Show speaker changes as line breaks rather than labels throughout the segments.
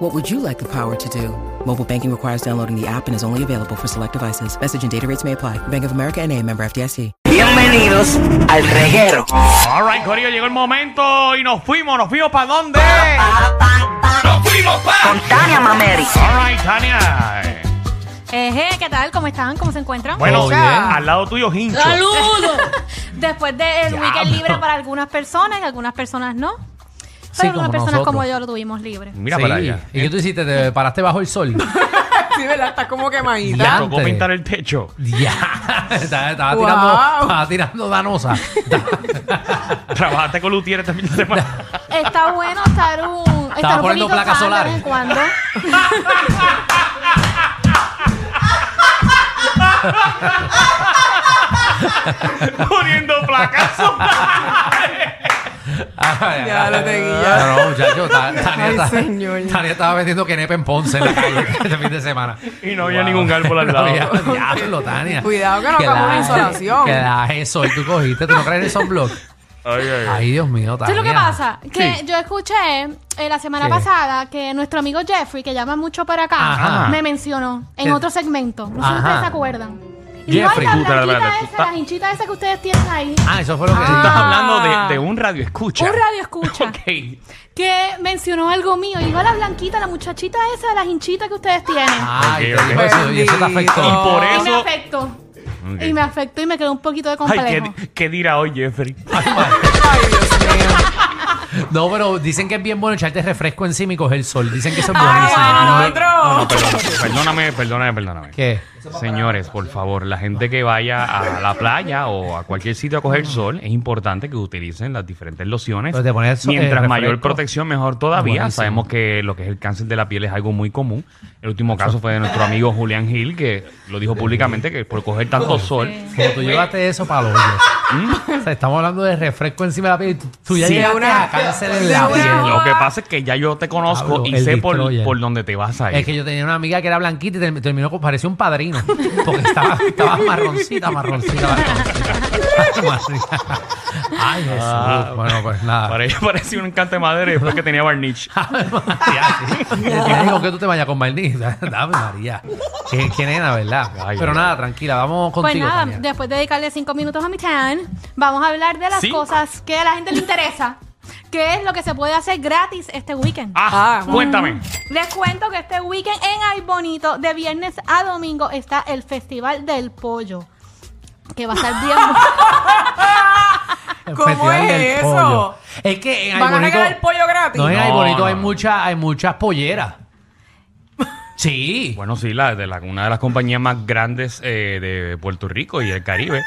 What would you like the power to do? Mobile banking requires downloading the app and is only available for select devices. Message and data rates may apply. Bank of America and a member FDIC.
Bienvenidos al reguero.
All right, Corillo, llegó el momento y nos fuimos, nos fuimos para dónde?
Pa, pa, pa,
Nos fuimos para.
Con Tania Mameri.
All right, Tania. Eh,
Eje, ¿qué tal? ¿Cómo están? ¿Cómo se encuentran?
Bueno,
Mucha-
al lado tuyo, Hincho.
¡Saludos! Después del
Diablo.
weekend libre para algunas personnas y algunas personas no. Pero
Sí,
algunas
como
personas
nosotros.
como yo lo tuvimos libre.
Mira
Sí,
para allá. Eh,
¿Y qué tú hiciste? ¿Te paraste bajo el sol?
Sí, ¿verdad? Está como
Le
quemadita.
Ya.
tocó
Antes.
pintar el techo.
ya. Estaba, estaba
Wow.
tirando, estaba tirando danosa.
Trabajaste con Lutier esta fin de semana.
Está bueno estar un. Estar un poquito
poniendo placas
sano De vez
solares.
en cuando.
Poniendo placazo.
Ya lo te guilla.
No, no, muchacho. Ta- Tania,
Ay,
ta-
señor.
Tania estaba vendiendo quenepe en Ponce en la calle este fin de semana.
Y no había ningún árbol al
No
lado.
había- Diablo, Tania.
Cuidado que no hagamos
la-
insolación.
Que la eso tú cogiste. ¿Tú no crees en el sunblock?
Ay, ay, ay.
Ay, Dios mío, Tania.
¿Sabes lo que pasa? Que
Sí.
yo escuché eh, la semana
¿Qué?
pasada que nuestro amigo Jeffrey, que llama mucho para acá,
Ajá.
me mencionó en
¿Qué?
otro segmento. No sé si
Ajá.
ustedes se acuerdan. Y dijo,
Jeffrey.
ay,
Tú,
la
espérate,
blanquita
espérate, tú
esa,
estás-
la hinchita esa que ustedes tienen ahí.
Ah, eso fue lo que...
Tú estás
Ah.
hablando de, de un radio escucha.
Un radio escucha.
ok.
que mencionó algo mío. Y dijo la blanquita, la muchachita esa, la hinchita que ustedes tienen.
Ay,
Ok,
te dijo
ok.
eso, y eso te afectó.
Y
por
y me
eso-
afectó.
Ok.
Y me afectó y me quedó un poquito de complejo.
Ay, ¿qué, qué dirá hoy Jeffrey?
Ay, madre.
Ay, Dios mío.
No, pero dicen que es bien bueno echarte refresco encima y coger el sol. Dicen que eso es
Ay,
buenísimo.
Ah, bueno,
No, no,
otro.
perdón, perdóname, perdóname, perdóname.
¿Qué?
Señores, por favor, la gente que vaya a la playa o a cualquier sitio a coger sol, es importante que utilicen las diferentes lociones.
Pero te pones, eh,
Mientras
refresco.
mayor protección, mejor todavía.
Buenísimo.
Sabemos que lo que es el cáncer de la piel es algo muy común. El último caso fue de nuestro amigo Julián Gil, que lo dijo públicamente que por coger tanto sol.
Como tú llevaste eso para los
Mm.
O sea, estamos hablando de refresco encima de la piel y tú, tú ya
Sí,
llegaste
una-
a cáncer en
de
la
una-
piel.
Lo que pasa es que ya yo te conozco
Pablo,
y
el
sé por,
destroyer.
por dónde te vas a ir.
Es que yo tenía una amiga que era blanquita y term- terminó con parecía un padrino. Porque estaba, estaba marroncita, marroncita, marroncita. Marroncita. Ay, Jesús.
Ah,
bueno, pues nada.
Pare- Parecía un encanto de madera y después que tenía barniche.
Ya digo que tú te vayas con barniz. Dame, María. Qué, qué nena, ¿verdad?
Ay,
Pero
ay.
nada, tranquila, vamos
Pues
contigo.
nada,
Tania.
después de dedicarle cinco minutos a mi tan, vamos a hablar de las
¿Cinco?
cosas que a la gente le interesa. ¿Qué es lo que se puede hacer gratis este weekend?
Ah,
Ah.
cuéntame.
Les cuento que este weekend en Ay Bonito, de viernes a domingo, está el Festival del Pollo. Que va a estar bien. bueno.
El
¿Cómo
Festival
es
del
eso?
Pollo. Es que en
¿Van a
Aybonito-
regalar el pollo gratis?
No, en
No,
Aybonito
no,
hay,
no.
mucha, hay muchas polleras. Sí.
Bueno, sí, la, de la- una de las compañías más grandes eh, de Puerto Rico y el Caribe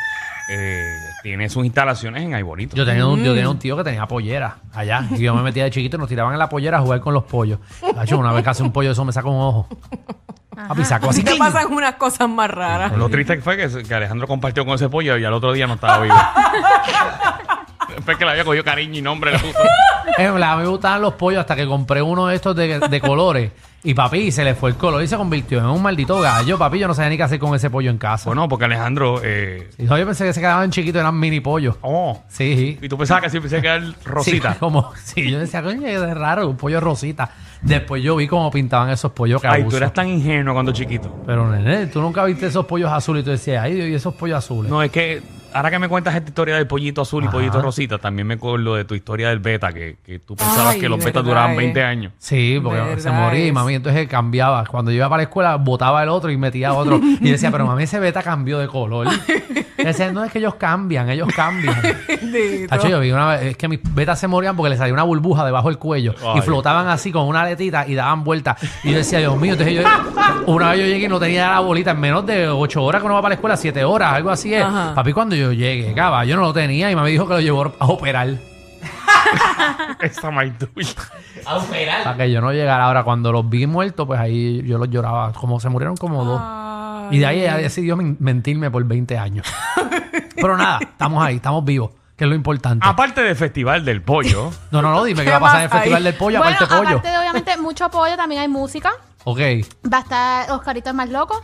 eh, tiene sus instalaciones en Aiborito.
Yo tenía, un, yo
Mm.
tenía un tío que tenía pollera allá. Y yo me metía de chiquito y nos tiraban en la pollera a jugar con los pollos. Nacho, una vez que hace un pollo de eso me saca un ojo. Papi, saco así.
Te
¡ting!
pasan unas cosas más raras.
Lo triste que fue que, que Alejandro compartió con ese pollo y al otro día no estaba vivo. Después que le había cogido cariño y nombre le puso.
Eh, la- a mí me gustaban los pollos hasta que compré uno de estos de, de colores. Y papi, se le fue el color y se convirtió en un maldito gallo. Papi, yo no sabía ni qué hacer con ese pollo en casa.
Bueno, porque Alejandro... eh,
Y yo pensé que se quedaban chiquitos, eran mini pollos.
oh,
Sí.
y tú pensabas que siempre se quedaba el rosita.
Sí, como, sí, yo decía, coño, es raro, un pollo rosita. Después yo vi cómo pintaban esos pollos que
Ay, tú eras tan ingenuo cuando chiquito.
Pero, nene, tú nunca viste esos pollos azules y tú decías, ay, Dios, y esos pollos azules.
No, es que ahora que me cuentas esta historia del pollito azul y
Ajá.
pollito rosita, también me acuerdo de tu historia del beta, que, que tú pensabas
Ay,
que los betas
verdad,
duraban
eh.
20 años.
Sí, porque
Verdad
se moría, y
es.
mami. Entonces cambiaba. Cuando yo iba para la escuela, botaba el otro y metía otro. Y decía, pero mami, ese beta cambió de color. Y decía, no, es que ellos cambian, ellos cambian.
Bendito.
Tacho, yo vi una vez, es que mis betas se morían porque les salía una burbuja debajo del cuello
Ay.
y flotaban así con una aletita y daban vueltas. Y yo decía, Dios mío, entonces yo, una vez yo llegué y no tenía la bolita en menos de ocho horas que uno va para la escuela, siete horas, algo así es.
Ajá.
Papi, cuando yo llegué, caba, yo no lo tenía y me dijo que lo llevó a operar.
Esa maituya.
Para que yo no llegara. Ahora, cuando los vi muertos, pues ahí yo los lloraba. Como se murieron como dos. Y de ahí ella decidió men- mentirme por 20 años. Pero nada, estamos ahí, estamos vivos, que es lo importante.
Aparte del Festival del Pollo,
No, no, no, dime
¿Qué
qué va a pasar en el
más hay?
Festival del Pollo,
bueno,
aparte pollo.
aparte de obviamente mucho apoyo, también hay música.
Ok,
Va a estar Oscarito el más loco.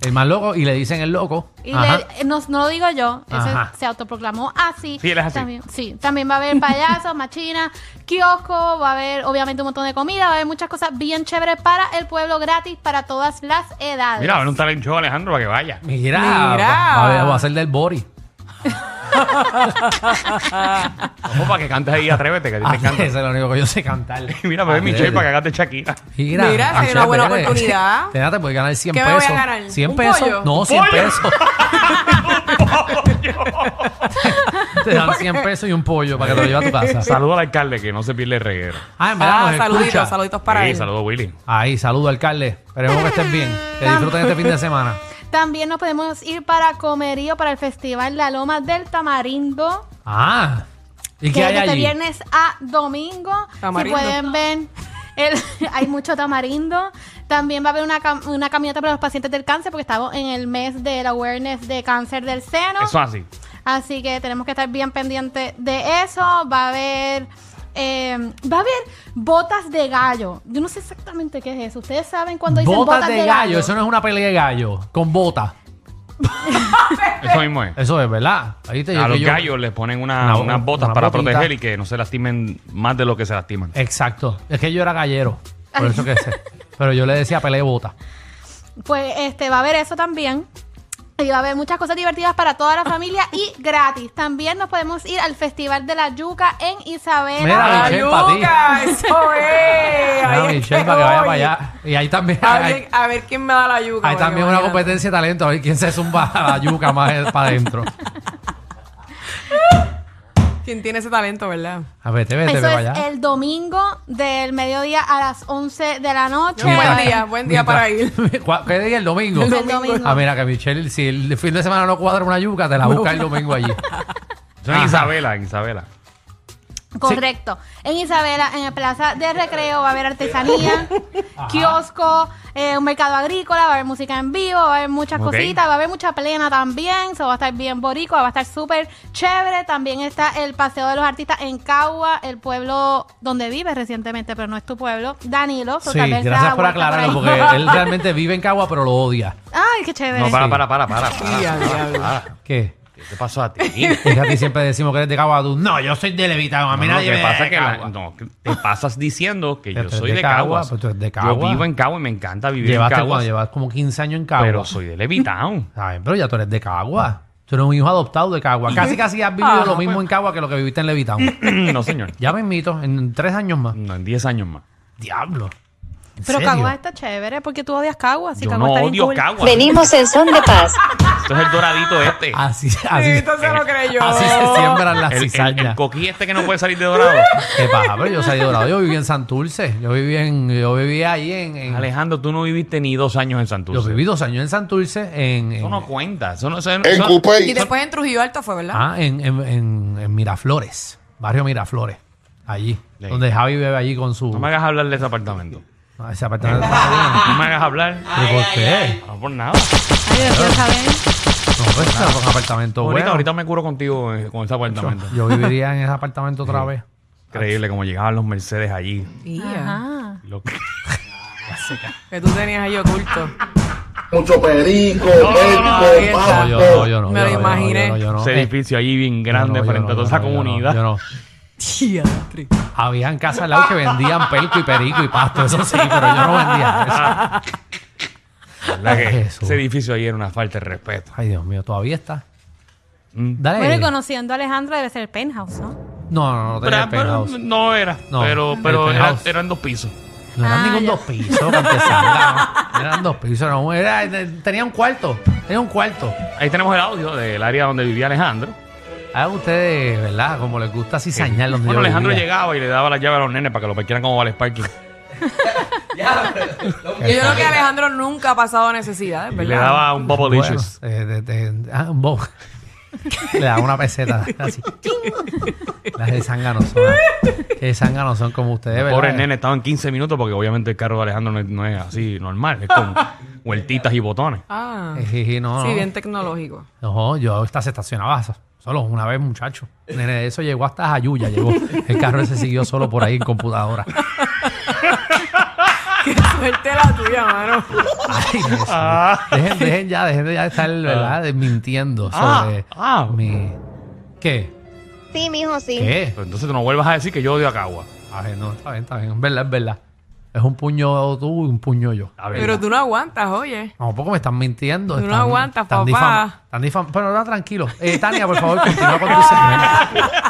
el más loco y le dicen el loco.
Y
Ajá.
le- eh, no, no lo digo yo, ese
Ajá.
se autoproclamó así.
Sí, él es así.
También, sí, también va a haber payasos, machinas, kiosco, va a haber obviamente un montón de comida, va a haber muchas cosas bien chéveres para el pueblo gratis, para todas las edades.
mira, a un talent show, Alejandro, para que vaya.
Mira,
Mira.
A ver, voy a hacer del Bori.
Ojo, para que cantes ahí, atrévete, que a ti te
Ah, eh.
encanta.
Ese es lo único que yo sé cantar.
Mira, bebé Michelle, para que hagas de Shakira.
Mira,
Mira, sería
Michelle,
una buena
espérate.
oportunidad.
Espérate, puedes ganar 100
¿Qué me
pesos.
voy a ganar?
100
¿Un
pesos.
pollo?
No,
¿Un
100
pollo?
pesos. Te dan 100 pesos y un pollo para que lo lleves a tu casa.
Saludo al alcalde, que no se pierde el reguero.
Ah, en verdad,
Ah,
nos
saluditos,
escucha.
saluditos para
Sí,
él.
saludo, Willy.
Ahí, saludo, alcalde. Esperemos que estés bien. Que disfruten este fin de semana.
También nos podemos ir para Comerío, para el Festival La Loma del Tamarindo.
Ah. ¿Y
que
qué
es
hay
de este
allí?
viernes a domingo.
Tamarindo.
Si pueden ver, el- hay mucho tamarindo. También va a haber una, cam- una caminata para los pacientes del cáncer porque estamos en el mes del awareness de cáncer del seno.
Eso es así.
Así que tenemos que estar bien pendientes de eso. Va a haber... eh, va a haber botas de gallo. Yo no sé exactamente qué es eso. Ustedes saben cuando dicen
Botas,
botas,
de, gallo. Eso no es una pelea de gallo. Con botas.
Eso mismo es.
Eso es, ¿verdad? Ahí te
A
que
los
Eh, yo-
gallos les ponen una-
Una bo-
unas botas
una Eh,
para
botita.
proteger y que no se lastimen más de lo que se lastiman.
Exacto. Es que yo era gallero. Por eso que sé. Pero yo le decía pelea de bota.
Pues este va a haber eso también. Y va a haber muchas cosas divertidas para toda la familia y gratis. También nos podemos ir al Festival de la Yuca en Isabela.
Mira,
¡La
Michelle, pa' ti.
yuca! ¡Eso es!
Mira,
Ahí es
Michelle,
que
para que vaya
voy.
para allá. Y ahí también.
A
hay-
ver, a ver quién me da la yuca.
Hay
porque
también una
imagínate.
competencia de talento, a ver quién se zumba a la yuca más para adentro.
¿Quién tiene ese talento, verdad?
A ver, te vete,
Eso
vete para
es
allá.
el domingo del mediodía a las 11 de la noche.
Un
Va a
buen
haber-
día, buen día para ir.
¿Cuál- ¿Qué día? El domingo.
El domingo.
Ah, mira, que Michelle, si el fin de semana no cuadra una yuca, te la busca el domingo allí.
Eso en
Ajá.
Isabela, en Isabela.
Correcto. En Isabela, en la plaza de recreo, va a haber artesanía, kiosco, eh, un mercado agrícola, va a haber música en vivo, va a haber muchas
Ok.
cositas, va a haber mucha plena también, eso va a estar bien borico, va a estar súper chévere. También está el paseo de los artistas en Cagua, el pueblo donde vives recientemente, pero no es tu pueblo, Danilo. so
Sí,
tal vez
gracias
sea
por
vuelta por
aclararlo,
ahí.
porque él realmente vive en Cagua, pero lo odia.
Ay, qué chévere.
No, para, para, para, para.
Sí,
para,
al
para,
diablo.
para.
¿Qué?
¿Qué te pasó a ti?
Es que a ti siempre decimos que eres de Cagua. Tú, no, yo soy de Levitado. A mí
No, no,
nadie
lo que
me
pasa
de
es que la-
Cagua".
no, que te pasas diciendo que yo
Pero tú eres
soy
de
de
Cagua,
Caguas.
pero tú eres de
Yo
Caguas.
vivo en Caguas y me encanta vivir
Llevaste
en
cuando
Caguas.
llevas como 15 años en Cagua.
Pero soy de Levitown.
Ay, pero ya tú eres de Cagua. Tú eres un hijo adoptado de Cagua. Casi, casi has vivido
Ah,
lo mismo
pues.
en Cagua que lo que viviste en Levitado.
no, señor.
ya me invito, en tres años más.
No, en 10 años más.
Diablo. ¿En
Pero
serio?
Cagua está chévere, porque tú odias Cagua, si
yo
Cagua
no
está bien
odio
cool.
Caguas.
Venimos en son de paz.
Esto es el doradito este.
Así,
Sí,
así,
entonces lo creyó.
así se siembran las
el, el-
cizañas.
el coquí este que no puede salir de dorado.
¿Qué pasa? Pero yo soy de Dorado. Yo viví en Santurce. Yo viví en, yo viví ahí en, en-
Alejandro, tú no viviste ni dos años en
yo
Santurce.
viví dos años en Santurce en, en-
Eso no cuenta. Eso no, eso no-
En
eso-
Coupey.
Y después en Trujillo Alto fue, ¿verdad?
ah, en, en, en- en Miraflores, barrio Miraflores, allí,
Sí.
donde Javi bebe allí con su
no me hagas hablar de ese apartamento.
Ah, ese apartamento está bueno.
No me hagas hablar.
¿Pero por qué?
No, por nada.
Ay, yo quiero saber.
No, pues ese es un apartamento
Ahorita,
bueno.
ahorita me curo contigo eh, con ese apartamento.
Yo viviría en ese apartamento otra vez.
Increíble como llegaban los Mercedes allí.
Ia,
Ah.
Lo-
Que tú tenías ahí oculto.
Mucho perico,
ahí
perico,
está.
No, yo no, yo no. yo
Ah, pues, Me lo
no, yo no,
imaginé.
yo no, yo no.
ese
Eh,
edificio allí bien grande
yo no, yo
frente a
no,
toda
yo
esa
no, yo no,
comunidad.
yo no.
Diantre.
Habían casas al lado que vendían pelco y perico y pasto, eso sí, pero yo no vendía eso.
La que-
Ay, Jesús.
ese edificio allí era una falta de respeto.
Ay, Dios mío, todavía está.
Mm.
Dale.
Bueno, y conociendo a Alejandro debe ser el penthouse, ¿no?
No, no, no tenía
Pero-
el
pero
penthouse.
no era,
No,
pero,
el
pero era-
penthouse.
eran dos pisos.
No eran
Ah,
ningún
ya.
dos pisos, para empezar, no. No Eran dos pisos, no. Era, tenía un cuarto. Tenía un cuarto.
Ahí tenemos el audio del área donde vivía Alejandro.
A ustedes, ¿verdad? Como les gusta cizañar donde
Bueno,
yo
Alejandro
vivía.
llegaba y le daba la llave a los nenes para que lo parquieran como vale parking.
Y Yo creo que Alejandro nunca ha pasado necesidades,
Y le
¿verdad?
daba un Bobo
Bueno,
Licious.
eh, de- de- ah, un bo- Le da una peseta. Así. Las de zángano son. Que de zángano son como ustedes, ¿verdad?
Pobres nene, estaban 15 minutos porque obviamente el carro de Alejandro no es, no es así normal, es con vueltitas y botones.
Ah,
Eh, sí, sí, no,
sí,
no.
bien tecnológico.
No, yo hasta se estacionaba so- solo una vez, muchacho. Nene, de eso llegó hasta Jayuya, llegó. El carro ese siguió solo por ahí en computadora.
Qué suerte la tuya, mano.
Ay, Dios mío. dejen, dejen ya, dejen de ya estar, ¿verdad? de- mintiendo
Ah,
sobre
ah.
mi... ¿Qué?
Sí, mijo, sí.
¿Qué?
Pero Pues entonces no vuelvas a decir que yo odio a Cagua.
A ver, no, está bien, está bien. Es verdad, es verdad. Es un puño tú y un puño yo.
A ver.
Pero tú no aguantas, oye.
No, poco me están mintiendo.
Tú no
están-
aguantas,
están
papá.
difam- están difam- Pero no, tranquilo. Eh, Tania, por favor, continúa con tu segmento.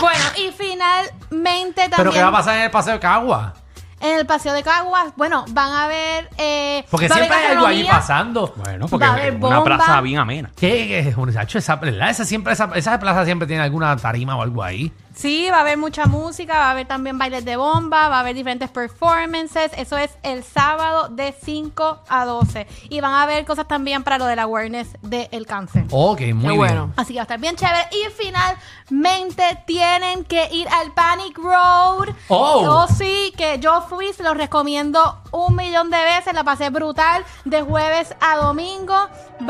Bueno, y finalmente también.
¿Pero qué va a pasar en el Paseo de Cagua?
En el Paseo de Caguas, bueno, van a ver. Eh,
Porque
va a haber
siempre hay algo allí
gastronomía.
pasando.
Bueno, porque
Va a haber
es una
bomba.
plaza bien amena.
¿Qué es, muchacho? Esa, ¿verdad? Esa, siempre, esa, esa plaza siempre tiene alguna tarima o algo ahí.
Sí, va a haber mucha música, va a haber también bailes de bomba, va a haber diferentes performances. Eso es el sábado de 5 a 12. Y van a haber cosas también para lo del awareness del cáncer.
Oh, Ok, muy
bueno.
Así que va a estar bien chévere. Y finalmente tienen que ir al Panic Road.
Oh.
sí, que yo fui, se los recomiendo un millón de veces. La pasé brutal. De jueves a domingo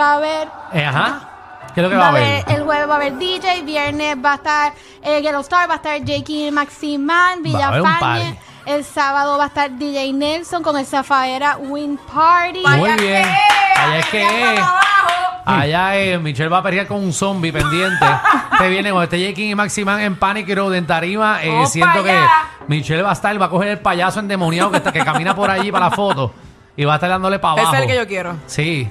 va a haber
bien. Eh, ajá. ¿Qué es lo que va,
Va a
a haber?
haber- el jueves va a haber DJ, viernes va a estar eh, Yellow Star, va a estar Jakey Maximan,
Va a haber un
Villafañe.
party.
El sábado va a estar DJ Nelson con el Zafaera Win Party.
Muy bien. Allá es que es. Allá es. Michelle va a pelear con un zombie pendiente. Te viene con este J.King y Maximan en Panic Road en Tarima. Eh,
Vamos pa'
siento que
allá.
Michelle va a estar, va a coger el payaso endemoniado que, está- que camina por allí para la foto y va a estar dándole para
Ese
abajo.
es el que yo quiero.
Sí.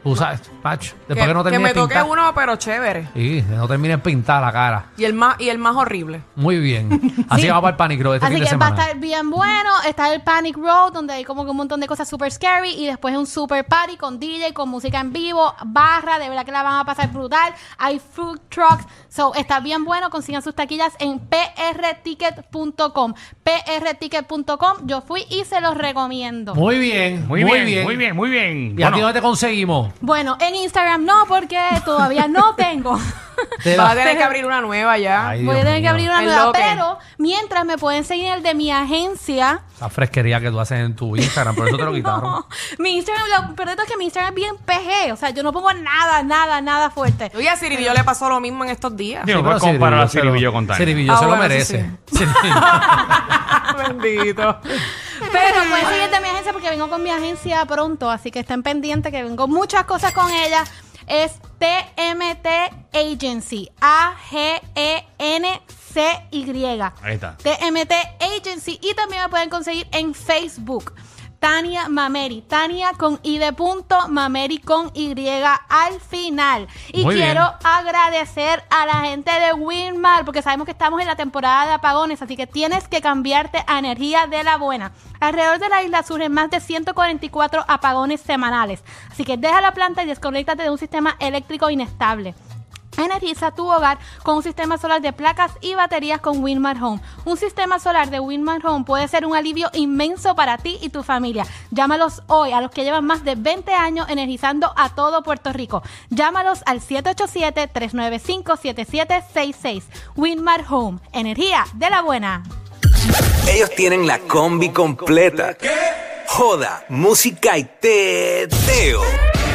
Tú sabes, macho. Después
Que,
que, no
que
termine de
me toque
pintar.
uno, pero chévere.
Sí, que no termine de pintar la cara.
Y el más, y el más horrible.
Muy bien. Así que va para el Panic Road este
Así
fin
que
de
va a
semana.
estar bien bueno. Está el Panic Road, donde hay como que un montón de cosas super scary. Y después un super party con DJ, con música en vivo, barra. De verdad que la van a pasar brutal. Hay food trucks. So, está bien bueno. Consigan sus taquillas en prticket.com. prticket.com. Yo fui y se los recomiendo.
Muy bien,
Muy, bien, muy bien, muy bien.
¿Y a ti
Bueno,
dónde te conseguimos?
Bueno, en Instagram no, porque todavía no tengo.
Te
Vas a
la-
tener que abrir una nueva ya.
Ay,
Voy a
Dios
tener que
mío.
abrir una
El
nueva.
locker.
Pero mientras me pueden seguir el de mi agencia.
Esa fresquería que tú haces en tu Instagram, por eso te lo quitaron.
No, mi Instagram, lo peor de todo es que mi Instagram es bien PG. O sea, yo no pongo nada, nada, nada fuerte.
Oye, a Siri, yo le pasó lo mismo en estos días.
Dios. no
pero
puedes comparar a
se lo-
Ciribillo con Tania.
Ciribillo
Ah,
se lo
bueno, eso
merece.
Bendito.
Pero pues, pueden seguir de mi agencia porque vengo con mi agencia pronto. Así que estén pendientes que vengo muchas cosas con ella. Es TMT Agency. E A-G-E-N-C-Y.
ahí está.
TMT Agency y también me pueden conseguir en Facebook. Tania Mameri, Tania con I de punto, Mameri con Y al final. Y
Muy
quiero
bien.
agradecer a la gente de Winmar, porque sabemos que estamos en la temporada de apagones, así que tienes que cambiarte a energía de la buena. Alrededor de la isla surgen más de 144 apagones semanales, así que deja la planta y desconéctate de un sistema eléctrico inestable. Energiza tu hogar con un sistema solar de placas y baterías con Winmar Home. Un sistema solar de Winmar Home puede ser un alivio inmenso para ti y tu familia. Llámalos hoy a los que llevan más de 20 años energizando a todo Puerto Rico. Llámalos al 787-395-7766. Winmar Home, energía de la buena.
Ellos tienen la combi completa. Joda, música y teo.